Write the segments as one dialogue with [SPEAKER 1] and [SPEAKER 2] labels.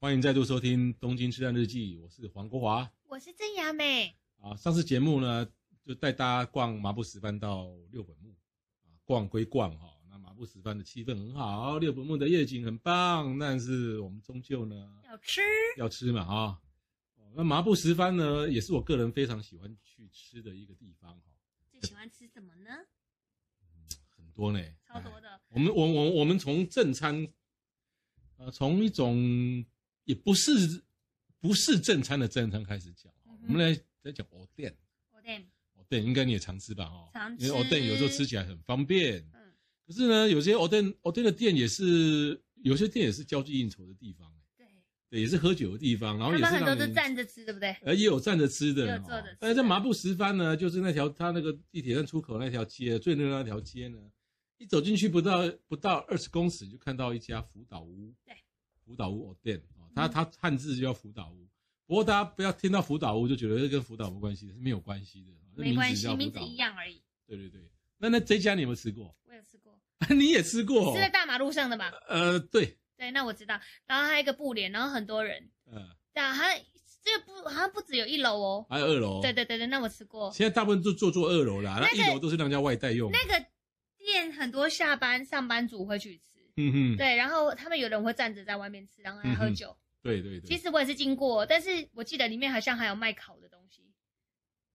[SPEAKER 1] 欢迎再度收听《东京之战日记》，我是黄国华。
[SPEAKER 2] 我是郑雅美，
[SPEAKER 1] 啊，上次节目呢，就带大家逛麻布十番到六本木，啊，逛归逛哈、那麻布十番的气氛很好，六本木的夜景很棒，但是我们终究呢
[SPEAKER 2] 要吃
[SPEAKER 1] 要吃嘛啊、哦那麻布十番呢，也是我个人非常喜欢去吃的一个地方哈、
[SPEAKER 2] 最喜欢吃什么呢？
[SPEAKER 1] 很多呢，哎
[SPEAKER 2] 超多的，
[SPEAKER 1] 我们我我我们从正餐，呃，从一种也不是不是正餐的正餐开始讲，
[SPEAKER 2] 嗯哼
[SPEAKER 1] 我们来再讲藕店，
[SPEAKER 2] 我得
[SPEAKER 1] 藕店应该你也常吃吧？哦，
[SPEAKER 2] 常
[SPEAKER 1] 因为藕店
[SPEAKER 2] 吃
[SPEAKER 1] 有时候吃起来很方便，
[SPEAKER 2] 嗯，
[SPEAKER 1] 可是呢，有些藕店藕店的店也是有些店也是交际应酬的地方，
[SPEAKER 2] 对，
[SPEAKER 1] 对，也是喝酒的地方，然后
[SPEAKER 2] 他
[SPEAKER 1] 也是
[SPEAKER 2] 们很多
[SPEAKER 1] 让
[SPEAKER 2] 都
[SPEAKER 1] 人
[SPEAKER 2] 站着吃，对不对？
[SPEAKER 1] 呃，也有站着吃的，
[SPEAKER 2] 也有坐着吃的
[SPEAKER 1] 但是在麻布十番呢，就是那条它那个地铁站出口那条街最热闹那条街呢，一走进去不到不到二十公尺，你就看到一家福岛屋。
[SPEAKER 2] 对，嗯
[SPEAKER 1] 福岛屋 o d e n 哦，它它汉字就叫福岛屋。不过大家不要听到福岛屋就觉得这跟福岛没关系，是没有关系的。哦这
[SPEAKER 2] 没关
[SPEAKER 1] 字
[SPEAKER 2] 系
[SPEAKER 1] 叫，
[SPEAKER 2] 名
[SPEAKER 1] 福
[SPEAKER 2] 字
[SPEAKER 1] 岛屋
[SPEAKER 2] 一。样而已。
[SPEAKER 1] 对对对，那那这家你有没有吃过？
[SPEAKER 2] 我有吃
[SPEAKER 1] 哦
[SPEAKER 2] 过，
[SPEAKER 1] 你也吃过、
[SPEAKER 2] 是在大马路上的吧？
[SPEAKER 1] 呃，对，
[SPEAKER 2] 对，那我知道。然后还有一个布帘，然后很多人，
[SPEAKER 1] 呃，
[SPEAKER 2] 对啊，还这个不好像不只有一楼哦。
[SPEAKER 1] 还有二楼。
[SPEAKER 2] 对。对对对，那我吃过。
[SPEAKER 1] 现在大部分都坐坐二楼啦，那
[SPEAKER 2] 那
[SPEAKER 1] 一
[SPEAKER 2] 个
[SPEAKER 1] 楼都是让人家外带用。
[SPEAKER 2] 那个店很多下班上班族会去吃，
[SPEAKER 1] 嗯哼，
[SPEAKER 2] 对，然后他们有人会站着在外面吃，然后还喝酒。
[SPEAKER 1] 对对对。
[SPEAKER 2] 其实我也是经过，但是我记得里面好像还有卖烤的东西，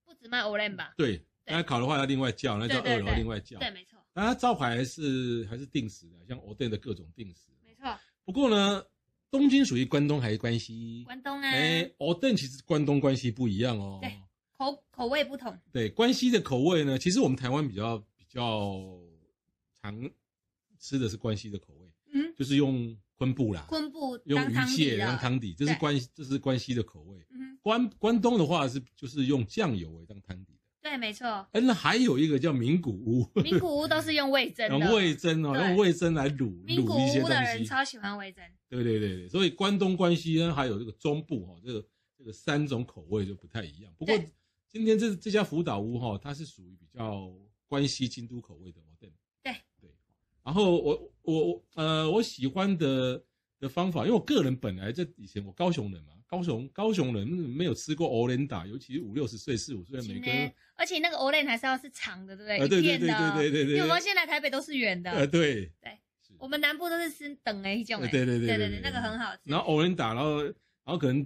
[SPEAKER 2] 不止卖 Olen 吧？
[SPEAKER 1] 对，
[SPEAKER 2] 对
[SPEAKER 1] 那烤的话要另外叫，那叫
[SPEAKER 2] 对
[SPEAKER 1] 二
[SPEAKER 2] 对
[SPEAKER 1] 楼
[SPEAKER 2] 对
[SPEAKER 1] 另外叫。
[SPEAKER 2] 对，没错，
[SPEAKER 1] 那它招牌还是还是定时的，像欧店的各种定时。
[SPEAKER 2] 没错，
[SPEAKER 1] 不过呢，东京属于关东还是关西？
[SPEAKER 2] 关东啊，
[SPEAKER 1] 哎，欧店其实关东关西不一样哦。
[SPEAKER 2] 对口口味不同，
[SPEAKER 1] 对，关西的口味呢，其实我们台湾比较比较常吃的是关西的口味，
[SPEAKER 2] 嗯，
[SPEAKER 1] 就是用昆布啦，
[SPEAKER 2] 昆布
[SPEAKER 1] 用
[SPEAKER 2] 当
[SPEAKER 1] 鱼
[SPEAKER 2] 汤底
[SPEAKER 1] 介
[SPEAKER 2] 的
[SPEAKER 1] 当，汤底，这是
[SPEAKER 2] 对
[SPEAKER 1] 关这是关西的口味。
[SPEAKER 2] 嗯，
[SPEAKER 1] 关关东的话是就是用酱油为当汤底的。，
[SPEAKER 2] 对，没错
[SPEAKER 1] 哎，那还有一个叫名古屋。
[SPEAKER 2] 名古屋都是用味噌
[SPEAKER 1] 用
[SPEAKER 2] 的，
[SPEAKER 1] 味噌哦，
[SPEAKER 2] 对
[SPEAKER 1] 用味噌来卤
[SPEAKER 2] 名古
[SPEAKER 1] 卤一些
[SPEAKER 2] 屋
[SPEAKER 1] 东
[SPEAKER 2] 的人
[SPEAKER 1] 西。
[SPEAKER 2] 超喜欢味噌，
[SPEAKER 1] 对对对对，所以关东、关西呢，还有这个中部哈、哦，这个这个三种口味就不太一样。不过
[SPEAKER 2] 对
[SPEAKER 1] 今天这这家福岛屋哈、哦，它是属于比较关西京都口味的哦，对
[SPEAKER 2] 对
[SPEAKER 1] 对。然后我我我呃，我喜欢的的方法，因为我个人本来在以前我高雄人嘛，高雄高雄人没有吃过欧连达，尤其是五六十岁、四五岁的每
[SPEAKER 2] 今
[SPEAKER 1] 个
[SPEAKER 2] 天，而且那个 Olen 还是要是长的，对不对？
[SPEAKER 1] 呃对
[SPEAKER 2] 一
[SPEAKER 1] 对
[SPEAKER 2] 片
[SPEAKER 1] 对
[SPEAKER 2] 的哦，
[SPEAKER 1] 对对对对
[SPEAKER 2] 因为我
[SPEAKER 1] 对
[SPEAKER 2] 们现在台北都是圆
[SPEAKER 1] 呃
[SPEAKER 2] 的，
[SPEAKER 1] 对
[SPEAKER 2] 对，
[SPEAKER 1] 是
[SPEAKER 2] 我们南部都是吃等哎一种
[SPEAKER 1] 呃
[SPEAKER 2] 哎，
[SPEAKER 1] 对对对对
[SPEAKER 2] 对
[SPEAKER 1] 对
[SPEAKER 2] 对，那个很好吃，
[SPEAKER 1] 然后偶然打，然后然后可能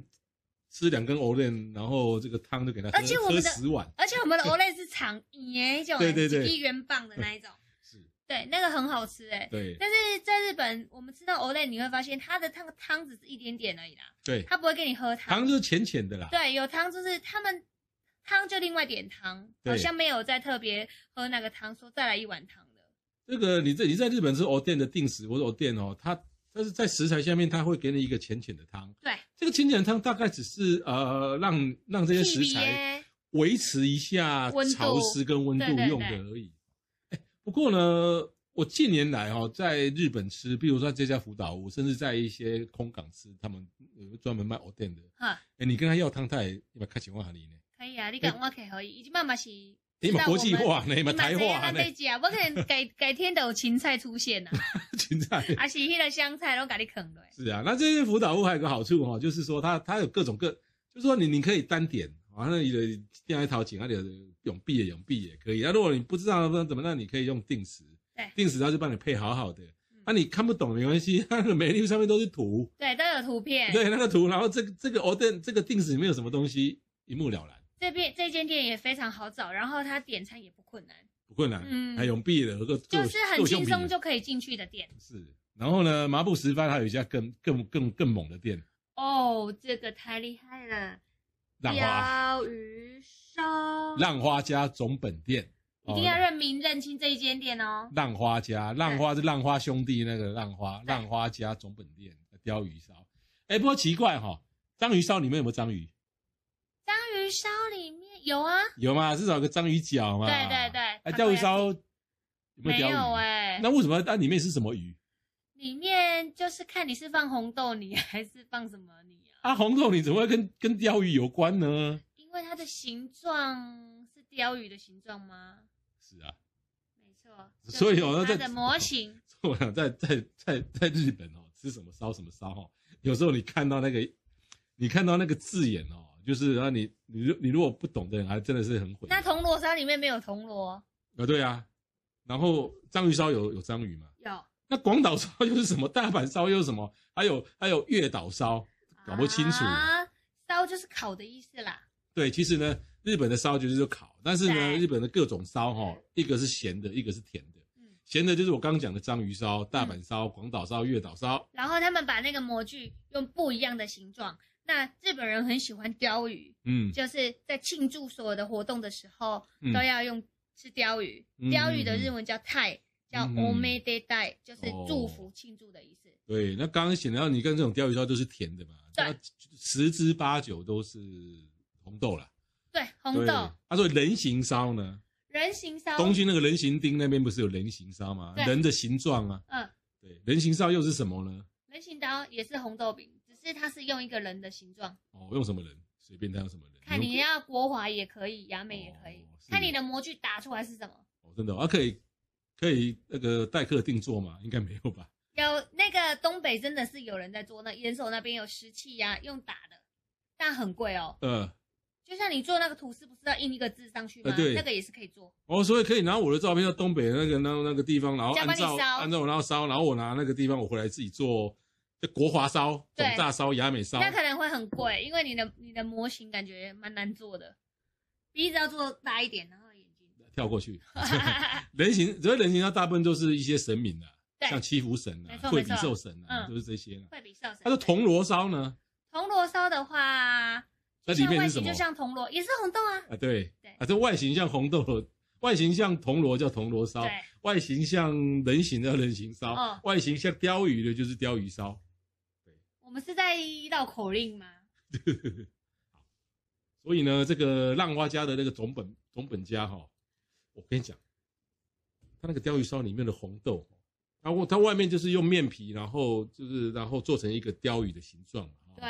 [SPEAKER 1] 吃两根藕莲，然后这个汤就给他喝
[SPEAKER 2] 而且我
[SPEAKER 1] 喝
[SPEAKER 2] 们的
[SPEAKER 1] 十碗，
[SPEAKER 2] 而且我们的 Olen 是长哎一种哎，
[SPEAKER 1] 对对对
[SPEAKER 2] 一元棒的那一种，
[SPEAKER 1] 是，
[SPEAKER 2] 对，那个很好吃哎。
[SPEAKER 1] 对
[SPEAKER 2] 但是在日本，我们吃到 Olen 你会发现它的汤汤只是一点点而已啦，
[SPEAKER 1] 对，
[SPEAKER 2] 它不会给你喝汤。
[SPEAKER 1] 汤就是浅浅的啦，
[SPEAKER 2] 对，有汤就是他们汤就另外点汤，
[SPEAKER 1] 对
[SPEAKER 2] 好像没有再特别喝那个汤，说再来一碗汤的。
[SPEAKER 1] 这个你在你在日本吃藕店的定时或者藕店哦，它但是在食材下面它会给你一个浅浅的汤，
[SPEAKER 2] 对，
[SPEAKER 1] 这个浅浅的汤大概只是呃让让这些食
[SPEAKER 2] 屁
[SPEAKER 1] 材
[SPEAKER 2] 耶
[SPEAKER 1] 维持一下
[SPEAKER 2] 温度
[SPEAKER 1] 潮湿跟温度
[SPEAKER 2] 对对
[SPEAKER 1] 用的而已。哎不过呢，我近年来哈、哦，在日本吃，比如说这家福岛屋，甚至在一些空港吃，他们有专门卖藕店的，
[SPEAKER 2] 哈，
[SPEAKER 1] 哎，你跟他要汤，他也要开情况下你呢？
[SPEAKER 2] 可以啊，你讲我可以可以，已经慢慢是。
[SPEAKER 1] 你嘛国际化哎呢，你嘛
[SPEAKER 2] 你
[SPEAKER 1] 台化呢
[SPEAKER 2] 这，家，啊我可能 改改天都有芹菜出现呐，
[SPEAKER 1] 芹菜。
[SPEAKER 2] 还是那个香菜，都给你啃了。
[SPEAKER 1] 是啊，那这些辅导物还有个好处哈、哦，就是说它它有各种各，就是说你你可以单点，啊，那你的电来淘景，那你的永币也永币也可以。那、如果你不知道那怎么，那你可以用定时，
[SPEAKER 2] 对嗯
[SPEAKER 1] 定时它就帮你配好好的。那、你看不懂没关系，它那个美丽上面都是图，
[SPEAKER 2] 对，都有图片。
[SPEAKER 1] 对那个图，然后这个这个 o d 这个定时里面有什么东西一目了然，
[SPEAKER 2] 这边这间店也非常好找，然后它点餐也不困难，
[SPEAKER 1] 不困难。
[SPEAKER 2] 嗯
[SPEAKER 1] 还永币的，有个
[SPEAKER 2] 就是很轻松就可以进去的店。
[SPEAKER 1] 是。然后呢，麻布十番还有一家更更更更猛的店，
[SPEAKER 2] 哦，这个太厉害了！
[SPEAKER 1] 浪花
[SPEAKER 2] 鲷鱼烧，
[SPEAKER 1] 浪花家总本店。哦
[SPEAKER 2] 一定要认明认清这一间店哦。
[SPEAKER 1] 浪花家，浪花是浪花兄弟那个浪花，
[SPEAKER 2] 对
[SPEAKER 1] 浪花家总本店的鲷鱼烧。哎，不过奇怪哈、章鱼烧里面有没有章鱼？
[SPEAKER 2] 章鱼烧里面有啊，
[SPEAKER 1] 有嘛？至少有个章鱼脚嘛。
[SPEAKER 2] 对对对
[SPEAKER 1] 哎，鲷鱼烧有没有鲷鱼？
[SPEAKER 2] 没有哎、
[SPEAKER 1] 那为什么那里面是什么鱼？
[SPEAKER 2] 里面就是看你是放红豆泥 还是放什么泥啊，
[SPEAKER 1] 啊，红豆你怎么会跟跟鲷鱼有关呢？
[SPEAKER 2] 因为它的形状是鲷鱼的形状吗？
[SPEAKER 1] 是啊，
[SPEAKER 2] 没错，
[SPEAKER 1] 所以哦那
[SPEAKER 2] 就是它
[SPEAKER 1] 在
[SPEAKER 2] 的 模型，
[SPEAKER 1] 我想啊在在在在日本哦，吃什么烧什么烧哦，有时候你看到那个，你看到那个字眼哦，就是然后你你如你如果不懂的人，还真的是很毁。
[SPEAKER 2] 那铜锣烧里面没有铜锣，
[SPEAKER 1] 啊，对啊，然后章鱼烧有有章鱼嘛？
[SPEAKER 2] 有
[SPEAKER 1] 那广岛 烧又是什么？大阪烧又是什么？还有还有月岛烧，搞不清楚。
[SPEAKER 2] 啊，烧就是烤的意思啦。
[SPEAKER 1] 对，其实呢，日本的烧就是烤，但是呢，
[SPEAKER 2] 对
[SPEAKER 1] 日本的各种烧哈、一个是咸的，一个是甜的。
[SPEAKER 2] 嗯，
[SPEAKER 1] 咸的就是我刚刚讲的章鱼烧、大阪烧、广岛烧、月岛烧。
[SPEAKER 2] 然后他们把那个模具用不一样的形状。那日本人很喜欢鲷鱼，
[SPEAKER 1] 嗯，
[SPEAKER 2] 就是在庆祝所有的活动的时候，
[SPEAKER 1] 嗯
[SPEAKER 2] 都要用吃鲷鱼。
[SPEAKER 1] 嗯
[SPEAKER 2] 鲷鱼的日文叫泰，叫
[SPEAKER 1] 嗯
[SPEAKER 2] o m e d e d a 就是
[SPEAKER 1] 哦
[SPEAKER 2] 祝福庆祝的意思。
[SPEAKER 1] 嗯对。那刚刚显到你跟这种鲷鱼烧都是甜的嘛？
[SPEAKER 2] 对，
[SPEAKER 1] 十之八九都是红豆啦。
[SPEAKER 2] 对，红豆
[SPEAKER 1] 对。他说人形烧呢，
[SPEAKER 2] 人形烧，
[SPEAKER 1] 东京那个人形町那边不是有人形烧吗？
[SPEAKER 2] 对
[SPEAKER 1] 人的形状啊。
[SPEAKER 2] 嗯，
[SPEAKER 1] 对，人形烧又是什么呢？
[SPEAKER 2] 人形刀也是红豆饼，只是它是用一个人的形状。
[SPEAKER 1] 哦，用什么人？随便他用什么人。
[SPEAKER 2] 看你
[SPEAKER 1] 用
[SPEAKER 2] 要国华也可以，雅美也可以，
[SPEAKER 1] 哦是
[SPEAKER 2] 看你的模具打出来是什么。
[SPEAKER 1] 哦，真的、哦，啊，可以可以那个代客定做吗？应该没有吧？
[SPEAKER 2] 有那个东北真的是有人在做，那岩手那边有石器呀、用打的，但很贵哦。
[SPEAKER 1] 呃，
[SPEAKER 2] 就像你做那个吐司，不是要印一个字上去吗？
[SPEAKER 1] 呃对
[SPEAKER 2] 那个也是可以做。
[SPEAKER 1] 哦，所以可以拿我的照片到东北的那个那那个地方，然后
[SPEAKER 2] 加班
[SPEAKER 1] 按
[SPEAKER 2] 你
[SPEAKER 1] 照
[SPEAKER 2] 烧
[SPEAKER 1] 按照我然后烧，然后我拿那个地方我回来自己做，就国华烧、总
[SPEAKER 2] 对
[SPEAKER 1] 炸烧、雅美烧，
[SPEAKER 2] 那可能会很贵，因为你的你的模型感觉蛮难做的，鼻子要做大一点，然后眼睛。
[SPEAKER 1] 跳过 去。 人形，所以人形它大部分都是一些神明啊，
[SPEAKER 2] 对
[SPEAKER 1] 像七福神啊
[SPEAKER 2] 没、错
[SPEAKER 1] 惠
[SPEAKER 2] 没
[SPEAKER 1] 比
[SPEAKER 2] 错
[SPEAKER 1] 寿神啊，
[SPEAKER 2] 嗯
[SPEAKER 1] 都是这些啦。
[SPEAKER 2] 会比上神。
[SPEAKER 1] 它的铜锣烧呢，
[SPEAKER 2] 铜锣烧的话，
[SPEAKER 1] 那里面是什
[SPEAKER 2] 就
[SPEAKER 1] 么？
[SPEAKER 2] 像铜锣，也是红豆啊。
[SPEAKER 1] 啊，对
[SPEAKER 2] 对，
[SPEAKER 1] 啊，这外形像红豆的，外形像铜锣叫铜锣烧，
[SPEAKER 2] 对，
[SPEAKER 1] 外形像人形的人形烧，
[SPEAKER 2] 嗯
[SPEAKER 1] 外形像鲷鱼的就是鲷鱼烧。
[SPEAKER 2] 我们是在绕口令吗？
[SPEAKER 1] 所以呢，这个浪花家的那个总本总本家哈、我跟你讲，他那个鲷鱼烧里面的红豆，它外它外面就是用面皮，然后就是然后做成一个鲷鱼的形状嘛。哦，
[SPEAKER 2] 对，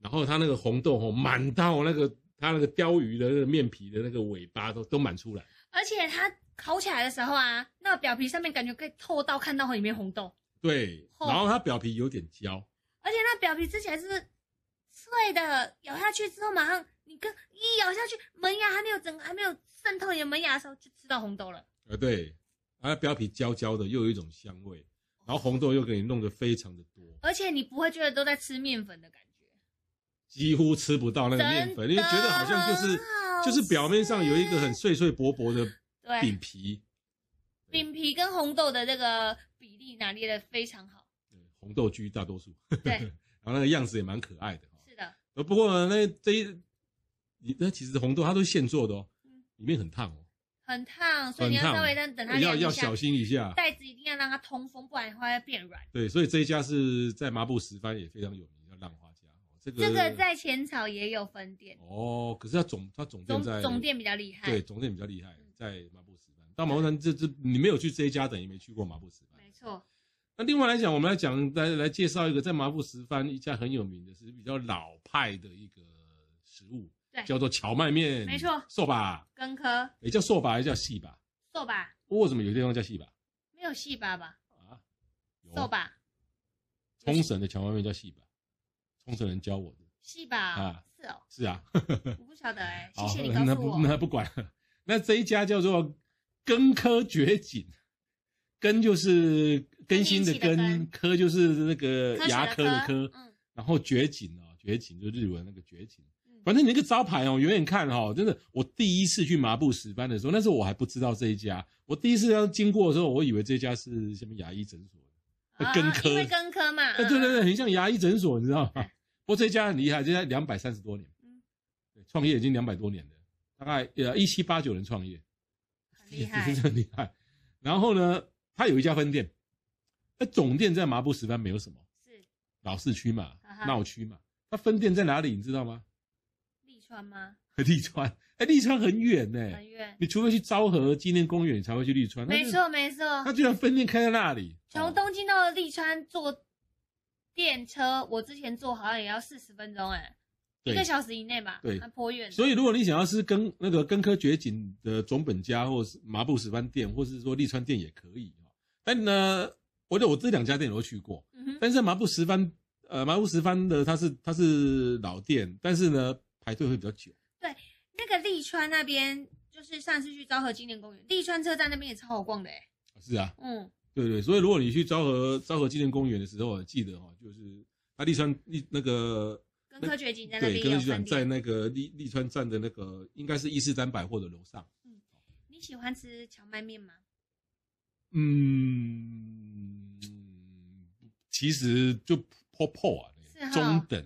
[SPEAKER 1] 然后它那个红豆哦，满到那个它那个鲷鱼的那个面皮的那个尾巴都都满出来。
[SPEAKER 2] 而且它烤起来的时候啊，那个表皮上面感觉可以透到看到里面红豆，
[SPEAKER 1] 对，
[SPEAKER 2] 哦
[SPEAKER 1] 然后它表皮有点焦。
[SPEAKER 2] 而且那表皮吃起来是脆的，咬下去之后马上你跟一咬下去，门牙还没有整个还没有渗透你的门牙的时候，就吃到红豆了。
[SPEAKER 1] 呃，对，它表皮焦焦的，又有一种香味，然后红豆又给你弄得非常的多，
[SPEAKER 2] 而且你不会觉得都在吃面粉的感觉，
[SPEAKER 1] 几乎吃不到那个面粉，
[SPEAKER 2] 真的
[SPEAKER 1] 因为觉得好像就是
[SPEAKER 2] 很好
[SPEAKER 1] 就是表面上有一个很
[SPEAKER 2] 吃
[SPEAKER 1] 碎碎薄薄的饼
[SPEAKER 2] 对
[SPEAKER 1] 皮，
[SPEAKER 2] 饼皮跟红豆的这个比例拿捏的非常 好，
[SPEAKER 1] 对呃红豆居大多数，
[SPEAKER 2] 对，
[SPEAKER 1] 然后那个样子也蛮可爱的哦。
[SPEAKER 2] 是的，
[SPEAKER 1] 呃，不过呢那这一，你那其实红豆它都是现做的哦
[SPEAKER 2] 嗯，
[SPEAKER 1] 里面很烫哦，
[SPEAKER 2] 很烫，所以你要
[SPEAKER 1] 很烫
[SPEAKER 2] 稍微让等嗯它
[SPEAKER 1] 要
[SPEAKER 2] 晾一
[SPEAKER 1] 要
[SPEAKER 2] 下
[SPEAKER 1] 小，心啊一下。
[SPEAKER 2] 袋子一定要让它通风，不然的话会变软。
[SPEAKER 1] 对，所以这一家是在麻布十番也非常有名，叫浪花家。哦这个
[SPEAKER 2] 这个在浅草也有分店，
[SPEAKER 1] 哦，可是它总它总店
[SPEAKER 2] 总
[SPEAKER 1] 在
[SPEAKER 2] 总店比较厉害，
[SPEAKER 1] 对，总店比较厉害
[SPEAKER 2] 嗯，
[SPEAKER 1] 在麻布十番。到麻布山这这你没有去这一家，等于没去过麻布十番。
[SPEAKER 2] 没错，
[SPEAKER 1] 那另外来讲，我们来讲来来介绍一个在麻布十番一家很有名的是比较老派的一个食物，
[SPEAKER 2] 对
[SPEAKER 1] 叫做荞麦面，
[SPEAKER 2] 没错
[SPEAKER 1] 寿把
[SPEAKER 2] 根科
[SPEAKER 1] 也叫寿把，也叫细把。
[SPEAKER 2] 寿吧，
[SPEAKER 1] 为什么有些地方叫细把
[SPEAKER 2] 没有细吧吧，
[SPEAKER 1] 啊？有
[SPEAKER 2] 寿吧，
[SPEAKER 1] 冲绳的荞麦面叫细把，冲绳人教我的。
[SPEAKER 2] 细吧
[SPEAKER 1] 啊，
[SPEAKER 2] 是哦，
[SPEAKER 1] 是啊，
[SPEAKER 2] 我不晓得哎，谢
[SPEAKER 1] 好
[SPEAKER 2] 谢你告
[SPEAKER 1] 哦那
[SPEAKER 2] 诉
[SPEAKER 1] 不
[SPEAKER 2] 我，
[SPEAKER 1] 那不管了，那这一家叫做根科绝景，根就是更新的
[SPEAKER 2] 更
[SPEAKER 1] 根，
[SPEAKER 2] 年期的根
[SPEAKER 1] 科就是那个
[SPEAKER 2] 科学
[SPEAKER 1] 牙科的科，
[SPEAKER 2] 嗯
[SPEAKER 1] 然后绝景哦，绝景就日文那个绝景。
[SPEAKER 2] 嗯，
[SPEAKER 1] 反正你那个招牌哦，远远看哦，真的，我第一次去麻布十班的时候，那时候我还不知道这一家，我第一次要经过的时候，我以为这家是什么牙医诊所，
[SPEAKER 2] 啊
[SPEAKER 1] 根科
[SPEAKER 2] 因为根科嘛，
[SPEAKER 1] 哎，
[SPEAKER 2] 嗯
[SPEAKER 1] 对对，对，
[SPEAKER 2] 嗯
[SPEAKER 1] 很像牙医诊所，你知道吗
[SPEAKER 2] 对？
[SPEAKER 1] 不过这家很厉害，这家两百三十多年，
[SPEAKER 2] 嗯
[SPEAKER 1] 对，创业已经两百多年了，大概呃一七八九年创业，
[SPEAKER 2] 很厉害
[SPEAKER 1] 真，的很厉害。然后呢，它有一家分店，那总店在麻布十番没有什么，
[SPEAKER 2] 是
[SPEAKER 1] 老市区嘛
[SPEAKER 2] 啊哈，
[SPEAKER 1] 闹区嘛，它分店在哪里？你知道吗？
[SPEAKER 2] 利川吗？
[SPEAKER 1] 利川，哎，利川很远呢、
[SPEAKER 2] 很远，
[SPEAKER 1] 你除非去昭和纪念公园，你才会去利川。它
[SPEAKER 2] 没
[SPEAKER 1] 就，
[SPEAKER 2] 错没错，
[SPEAKER 1] 它居然分店开在那里，
[SPEAKER 2] 从
[SPEAKER 1] 哦
[SPEAKER 2] 东京到利川坐电车，我之前坐好像也要四十分钟，哎，一
[SPEAKER 1] 对
[SPEAKER 2] 个。小时以内吧，
[SPEAKER 1] 对
[SPEAKER 2] 还颇远的。
[SPEAKER 1] 所以，如果你想要是跟那个根科掘井的总本家，或是麻布十番店，或是说利川店也可以哦但呢，我觉得我这两家店我都去过，
[SPEAKER 2] 嗯哼，
[SPEAKER 1] 但是麻布十番，呃，麻布十番的它是它是老店，但是呢排队会比较久。
[SPEAKER 2] 那个利川那边就是上次去昭和纪念公园，利川车站那边也超好逛的，哎，
[SPEAKER 1] 是啊，
[SPEAKER 2] 嗯，
[SPEAKER 1] 对对，所以如果你去昭和昭和纪念公园的时候，记得哦，就是它利川利那个
[SPEAKER 2] 跟科学景在那
[SPEAKER 1] 对，
[SPEAKER 2] 边也
[SPEAKER 1] 跟
[SPEAKER 2] 有
[SPEAKER 1] 局长
[SPEAKER 2] 分
[SPEAKER 1] 在
[SPEAKER 2] 店。
[SPEAKER 1] 那个利利川站的那个应该是伊势丹百货的楼上。
[SPEAKER 2] 你喜欢吃荞麦面吗？
[SPEAKER 1] 嗯，其实就破破啊
[SPEAKER 2] 是，哈
[SPEAKER 1] 中等。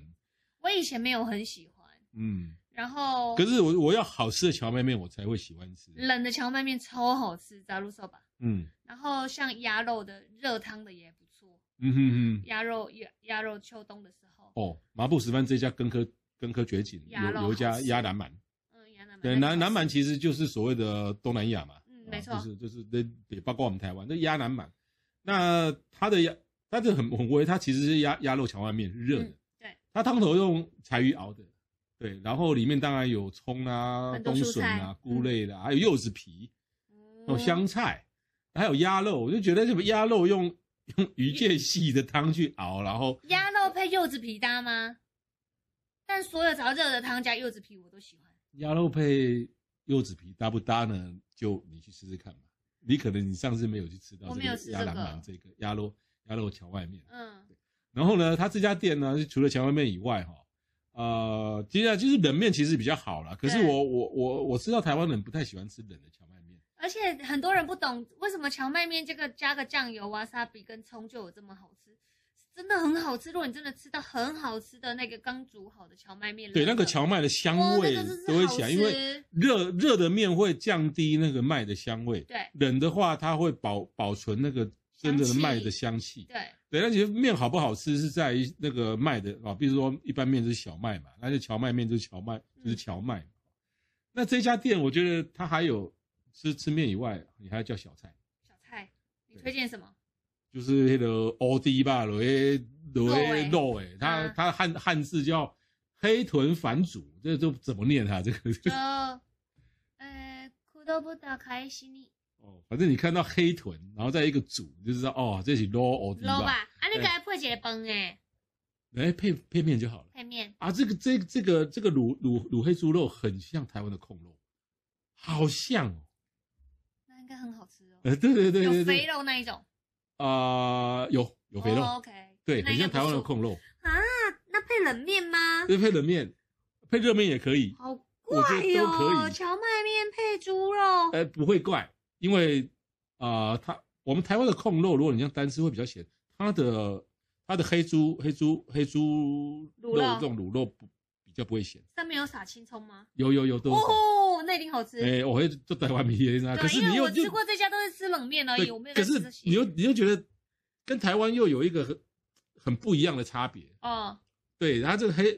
[SPEAKER 2] 我以前没有很喜欢，
[SPEAKER 1] 嗯，
[SPEAKER 2] 然后
[SPEAKER 1] 可是我我要好吃的荞麦面，我才会喜欢吃。
[SPEAKER 2] 冷的荞麦面超好吃，炸入手吧。
[SPEAKER 1] 嗯
[SPEAKER 2] 然后像鸭肉的热汤的也不错，
[SPEAKER 1] 嗯哼哼，
[SPEAKER 2] 鸭肉鸭鸭肉秋冬的时候，
[SPEAKER 1] 哦，麻布十番这家根科根科绝景，
[SPEAKER 2] 鸭肉
[SPEAKER 1] 有有一
[SPEAKER 2] 好
[SPEAKER 1] 家
[SPEAKER 2] 吃
[SPEAKER 1] 鸭南蛮，
[SPEAKER 2] 嗯，鸭南蛮
[SPEAKER 1] 对，南南蛮其实就是所谓的东南亚嘛，
[SPEAKER 2] 嗯
[SPEAKER 1] 啊
[SPEAKER 2] 没错
[SPEAKER 1] 就是就是那也包括我们台湾那鸭南蛮，那它的鸭它这很很微，它其实是鸭鸭肉荞麦面，是热的。
[SPEAKER 2] 嗯对，
[SPEAKER 1] 它汤头用柴鱼熬的，对，然后里面当然有葱啊、
[SPEAKER 2] 很多
[SPEAKER 1] 冬
[SPEAKER 2] 蔬
[SPEAKER 1] 笋啊
[SPEAKER 2] 菜、
[SPEAKER 1] 菇类的，还有柚子皮，
[SPEAKER 2] 嗯
[SPEAKER 1] 还有哦香菜，还有鸭肉，我就觉得什么鸭肉用用鱼介系的汤去熬，然后
[SPEAKER 2] 鸭肉配柚子皮搭吗？但所有只要热的汤加柚子皮，我都喜欢。
[SPEAKER 1] 鸭肉配柚子皮搭不搭呢？就你去试试看吧。你可能你上次没有去吃到
[SPEAKER 2] 我
[SPEAKER 1] 这
[SPEAKER 2] 没有
[SPEAKER 1] 个
[SPEAKER 2] 吃
[SPEAKER 1] 鸭
[SPEAKER 2] 这
[SPEAKER 1] 兰
[SPEAKER 2] 个
[SPEAKER 1] 兰这个鸭肉鸭肉荞麦面，
[SPEAKER 2] 嗯，
[SPEAKER 1] 然后呢，它这家店呢，除了荞麦面以外，哈，呃，其实啊就是冷面其实比较好啦。可是
[SPEAKER 2] 对
[SPEAKER 1] 我我我我知道台湾人不太喜欢吃冷的荞麦面，
[SPEAKER 2] 而且很多人不懂为什么荞麦面这个加个酱油、哇沙比跟葱就有这么好吃，真的很好吃。如果你真的吃到很好吃的那个刚煮好的荞麦面，
[SPEAKER 1] 对，那个
[SPEAKER 2] 荞
[SPEAKER 1] 荞麦的香味
[SPEAKER 2] 哦
[SPEAKER 1] 都会起来，因为热热的面会降低那个麦的香味，
[SPEAKER 2] 对
[SPEAKER 1] 冷的话它会保保存那个真正的
[SPEAKER 2] 香气
[SPEAKER 1] 麦的香气。
[SPEAKER 2] 对
[SPEAKER 1] 对，那其实面好不好吃是在于那个麦的啊，比如说一般面就是小麦嘛，那就荞麦面就是荞麦就是荞麦。那这家店我觉得它还有吃吃面以外，你还要叫小菜，
[SPEAKER 2] 小菜，你
[SPEAKER 1] 对
[SPEAKER 2] 推荐什 么？
[SPEAKER 1] 就是那个欧迪吧，罗诶罗诶肉诶，它
[SPEAKER 2] 嗯
[SPEAKER 1] 它汉汉字叫黑豚反煮，这都怎么念它、这个
[SPEAKER 2] 就呃，苦豆不打开心里
[SPEAKER 1] 哦，反正你看到黑豚，然后再一个煮，你就知道哦，这是罗欧迪
[SPEAKER 2] 捞吧
[SPEAKER 1] 吧，，
[SPEAKER 2] 啊那
[SPEAKER 1] 对
[SPEAKER 2] 个还配一个饭哎，
[SPEAKER 1] 哎配配面就好了。
[SPEAKER 2] 配面，
[SPEAKER 1] 啊，这个这个这个这个卤卤卤黑猪肉很像台湾的控肉，好像哦。
[SPEAKER 2] 那应该很好吃哦，
[SPEAKER 1] 呃， 对对对对
[SPEAKER 2] 有肥
[SPEAKER 1] 对，
[SPEAKER 2] 肉那一种，
[SPEAKER 1] 啊、有有肥肉，
[SPEAKER 2] 哦，OK，
[SPEAKER 1] 对，
[SPEAKER 2] 那
[SPEAKER 1] 很
[SPEAKER 2] 应该
[SPEAKER 1] 像台湾的
[SPEAKER 2] 不错
[SPEAKER 1] 控肉，
[SPEAKER 2] 啊，那配冷面吗？
[SPEAKER 1] 就配冷面，配热面也可以，
[SPEAKER 2] 好
[SPEAKER 1] 我觉
[SPEAKER 2] 怪
[SPEAKER 1] 得
[SPEAKER 2] 哟、
[SPEAKER 1] 都可以
[SPEAKER 2] 荞麦面配猪肉，
[SPEAKER 1] 呃，不会怪，因为啊，它、我们台湾的控肉，如果你像单吃会比较咸，它的它的黑猪黑猪黑猪肉
[SPEAKER 2] 卤肉
[SPEAKER 1] 这种卤肉不比较不会咸，
[SPEAKER 2] 上面有撒青葱吗？
[SPEAKER 1] 有有有都有少。
[SPEAKER 2] 哦，那一定好吃。
[SPEAKER 1] 哎、我会做台湾米线啊，可
[SPEAKER 2] 对，
[SPEAKER 1] 是
[SPEAKER 2] 因
[SPEAKER 1] 你
[SPEAKER 2] 为
[SPEAKER 1] 又
[SPEAKER 2] 我
[SPEAKER 1] 就
[SPEAKER 2] 吃过这家都是吃冷面而已，
[SPEAKER 1] 对，
[SPEAKER 2] 我没有
[SPEAKER 1] 可
[SPEAKER 2] 在吃
[SPEAKER 1] 是
[SPEAKER 2] 这些。
[SPEAKER 1] 你又你又觉得跟台湾又有一个很很不一样的差别。
[SPEAKER 2] 哦，
[SPEAKER 1] 对，它这个黑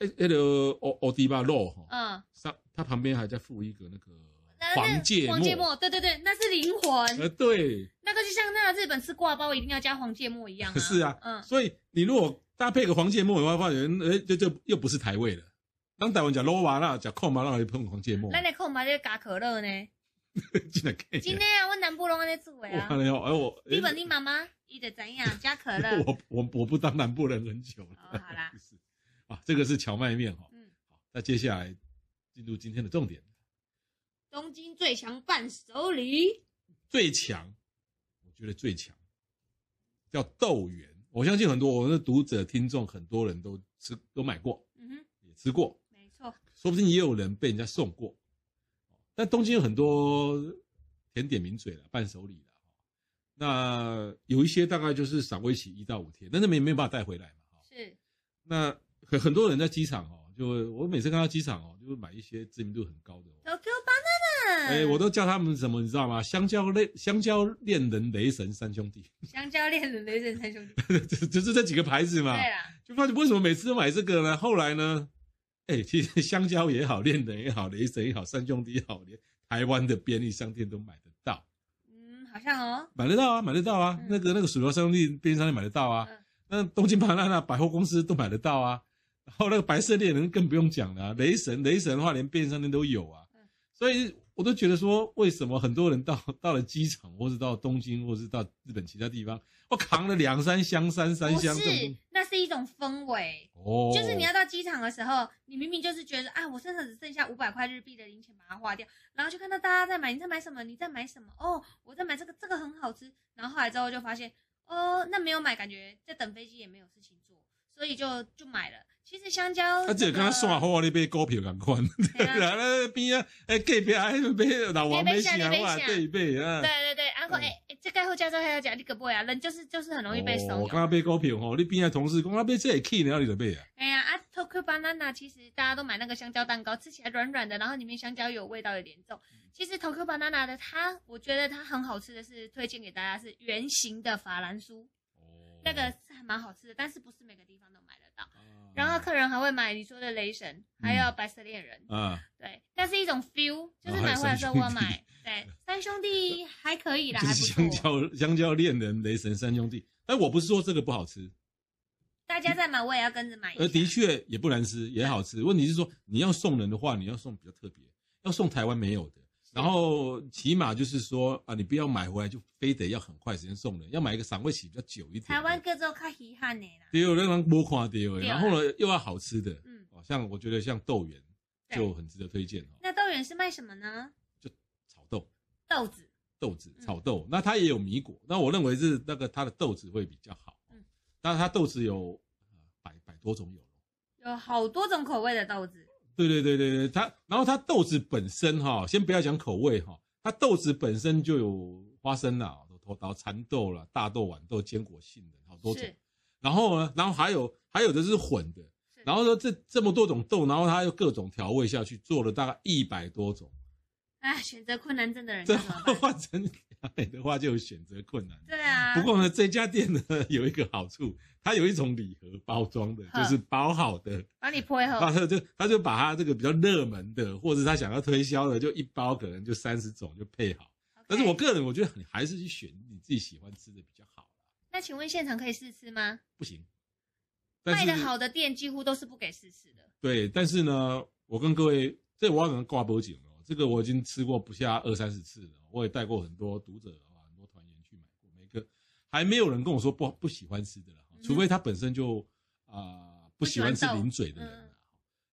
[SPEAKER 1] 哎那个奥奥迪巴肉哈，
[SPEAKER 2] 嗯，
[SPEAKER 1] 上它旁边还在附一个那个
[SPEAKER 2] 那那
[SPEAKER 1] 黄芥
[SPEAKER 2] 黄芥末，对对对，那是灵魂，
[SPEAKER 1] 呃，对，
[SPEAKER 2] 那个就像那个日本吃挂包一定要加黄芥末一样 啊。
[SPEAKER 1] 是啊
[SPEAKER 2] 嗯，
[SPEAKER 1] 所以你如果搭配个黄芥末，你会发觉哎，这这又不是台味了。当台湾讲罗瓦啦，讲控嘛，让你碰黄芥末，
[SPEAKER 2] 咱来看嘛，这个加可乐呢？
[SPEAKER 1] 真的可以。
[SPEAKER 2] 今天啊，我南部拢安尼做的
[SPEAKER 1] 我
[SPEAKER 2] 啊
[SPEAKER 1] 看。了以后，哎我。
[SPEAKER 2] 你问你妈妈，伊就怎样加可乐
[SPEAKER 1] 我我我不当南部人很久了。
[SPEAKER 2] 哦 好啦
[SPEAKER 1] 是啊，这个是荞麦面哈。
[SPEAKER 2] 嗯，
[SPEAKER 1] 好，那接下来进入今天的重点，
[SPEAKER 2] 东京最强伴手礼，
[SPEAKER 1] 最强，我觉得最强叫豆圆。我相信很多我们的读者、听众，很多人都吃都买过，
[SPEAKER 2] 嗯哼，
[SPEAKER 1] 也吃过，
[SPEAKER 2] 没错，
[SPEAKER 1] 说不定也有人被人家送过。但东京有很多甜点名嘴了，伴手礼了。那有一些大概就是赏味期一到五天，但是没没有办法带回来嘛。哈
[SPEAKER 2] 是
[SPEAKER 1] 那很哦哦很
[SPEAKER 2] 嗯
[SPEAKER 1] 哎、我都叫他们什么，你知道吗？香蕉类香蕉恋人雷神三兄弟，
[SPEAKER 2] 香蕉恋人雷神三兄弟。
[SPEAKER 1] 就就是这几个牌子嘛。
[SPEAKER 2] 对啦，
[SPEAKER 1] 就发现为什么每次都买这个呢？后来呢，哎、其实香蕉也好，恋人也好，雷神也好，三兄弟也好，连台湾的便利商店都买得到，
[SPEAKER 2] 嗯，好像哦，
[SPEAKER 1] 买得到啊，买得到啊，
[SPEAKER 2] 嗯
[SPEAKER 1] 那个那个薯条三兄弟便利商店买得到啊
[SPEAKER 2] 嗯，
[SPEAKER 1] 那东京巴拿那百货公司都买得到啊，然后那个白色恋人更不用讲了啊、雷神雷神的话连便利商店都有啊
[SPEAKER 2] 嗯，
[SPEAKER 1] 所以。我都觉得说，为什么很多人到 到了机场，或是到东京，或是到日本其他地方，我扛了两三箱、三三
[SPEAKER 2] 不
[SPEAKER 1] 箱这种东
[SPEAKER 2] 是
[SPEAKER 1] 西，，
[SPEAKER 2] 那是一种氛围。
[SPEAKER 1] 哦，
[SPEAKER 2] 就是你要到机场的时候，你明明就是觉得啊，我身上只剩下五百块日币的零钱，把它花掉，然后就看到大家在买，你在买什么？你在买什么？哦，我在买这个，这个很好吃。然后后来之后就发现，哦，那没有买，感觉在等飞机也没有事情做，所以就就买了。其实香蕉、
[SPEAKER 1] 啊，这个刚刚算好，你买股票共款，
[SPEAKER 2] 对 啊
[SPEAKER 1] 然后边啊，哎，隔壁还买老王买啥
[SPEAKER 2] 你买
[SPEAKER 1] 哇，
[SPEAKER 2] 啥
[SPEAKER 1] 对对啊。
[SPEAKER 2] 对对对，然后
[SPEAKER 1] 嗯
[SPEAKER 2] 哎哎，这盖后加州还要讲你可不会啊，人就是就是很容易被怂
[SPEAKER 1] 哦我
[SPEAKER 2] 恿。
[SPEAKER 1] 刚刚买股票吼，你边的同事讲啊，买这个 key 然后你就买啊。
[SPEAKER 2] 哎呀啊，Tokyo Banana 其实大家都买那个香蕉蛋糕，吃起来软软的，然后里面香蕉有味道，有点重。
[SPEAKER 1] 嗯
[SPEAKER 2] 其实 Tokyo Banana 的它，我觉得它很好吃的是推荐给大家是圆形的法兰酥，
[SPEAKER 1] 啊
[SPEAKER 2] 那个是还蛮好吃的，但是不是每个地方都买得到。
[SPEAKER 1] 哦，
[SPEAKER 2] 然后客人还会买你说的雷神，还有白色恋人，
[SPEAKER 1] 啊，
[SPEAKER 2] 对，但是一种 feel，就是
[SPEAKER 1] 哦还有
[SPEAKER 2] 买回来的时候
[SPEAKER 1] 三兄弟
[SPEAKER 2] 我有买， 对，三兄弟还可以啦，
[SPEAKER 1] 就
[SPEAKER 2] 还
[SPEAKER 1] 是
[SPEAKER 2] 不
[SPEAKER 1] 香
[SPEAKER 2] 错。
[SPEAKER 1] 蕉香蕉恋人雷神三兄弟。但我不是说这个不好吃，
[SPEAKER 2] 大家在买，我也要跟着买一下。
[SPEAKER 1] 呃，的确也不难吃，也好吃。问题是说你要送人的话，你要送比较特别，要送台湾没有的。然后起码就是说啊，你不要买回来就非得要很快时间送人，要买一个赏味期比较久一点的。
[SPEAKER 2] 台湾各州较稀罕的啦，
[SPEAKER 1] 对，有让人没看到的。
[SPEAKER 2] 对啊
[SPEAKER 1] 然后呢，又要好吃的，
[SPEAKER 2] 嗯，
[SPEAKER 1] 哦，像我觉得像豆圆
[SPEAKER 2] 对
[SPEAKER 1] 就很值得推荐哦，
[SPEAKER 2] 那豆圆是卖什么呢？
[SPEAKER 1] 炒豆
[SPEAKER 2] 豆子。
[SPEAKER 1] 豆子
[SPEAKER 2] 嗯
[SPEAKER 1] 炒豆，那它也有米果，那我认为是那个它的豆子会比较好，
[SPEAKER 2] 嗯
[SPEAKER 1] 嗯，但是它豆子有呃百百多种有。
[SPEAKER 2] 有好多种口味的豆子，
[SPEAKER 1] 对对对对对，它然后它豆子本身哈、先不要讲口味哈、它豆子本身就有花生啦、头刀蚕豆啦、大豆、豌豆、坚果杏仁好多种
[SPEAKER 2] 是，
[SPEAKER 1] 然后呢，然后还有还有的是混的，
[SPEAKER 2] 是
[SPEAKER 1] 然后说这这么多种豆，然后它又各种调味下去，做了大概一百多种。
[SPEAKER 2] 哎，选择困难症啊的人
[SPEAKER 1] 这
[SPEAKER 2] 该怎么办？
[SPEAKER 1] 换成亚美的话就有选择困难。
[SPEAKER 2] 对啊，
[SPEAKER 1] 不过呢，这家店呢 有一个好处，它有一种礼盒包装的，
[SPEAKER 2] 呵
[SPEAKER 1] 就是包好的，
[SPEAKER 2] 帮你配
[SPEAKER 1] 然
[SPEAKER 2] 合，
[SPEAKER 1] 后它就它就把它这个比较热门的，或者他想要推销的，就一包可能就三十种就配好。但是我
[SPEAKER 2] OK
[SPEAKER 1] 个人我觉得你还是去选你自己喜欢吃的比较好，
[SPEAKER 2] 那请问现场可以试吃吗？
[SPEAKER 1] 不行。但
[SPEAKER 2] 卖
[SPEAKER 1] 是
[SPEAKER 2] 的好的店几乎都是不给试吃的，
[SPEAKER 1] 对，但是呢，我跟各位，这我要能挂脖颈了哦，这个我已经吃过不下二三十次了，我也带过很多读者啊，很多团员去买过，每个还没有人跟我说不不喜欢吃的了哦
[SPEAKER 2] 嗯，
[SPEAKER 1] 除非他本身就啊、不喜欢吃
[SPEAKER 2] 不喜欢豆
[SPEAKER 1] 零嘴的人
[SPEAKER 2] 嗯
[SPEAKER 1] 啊。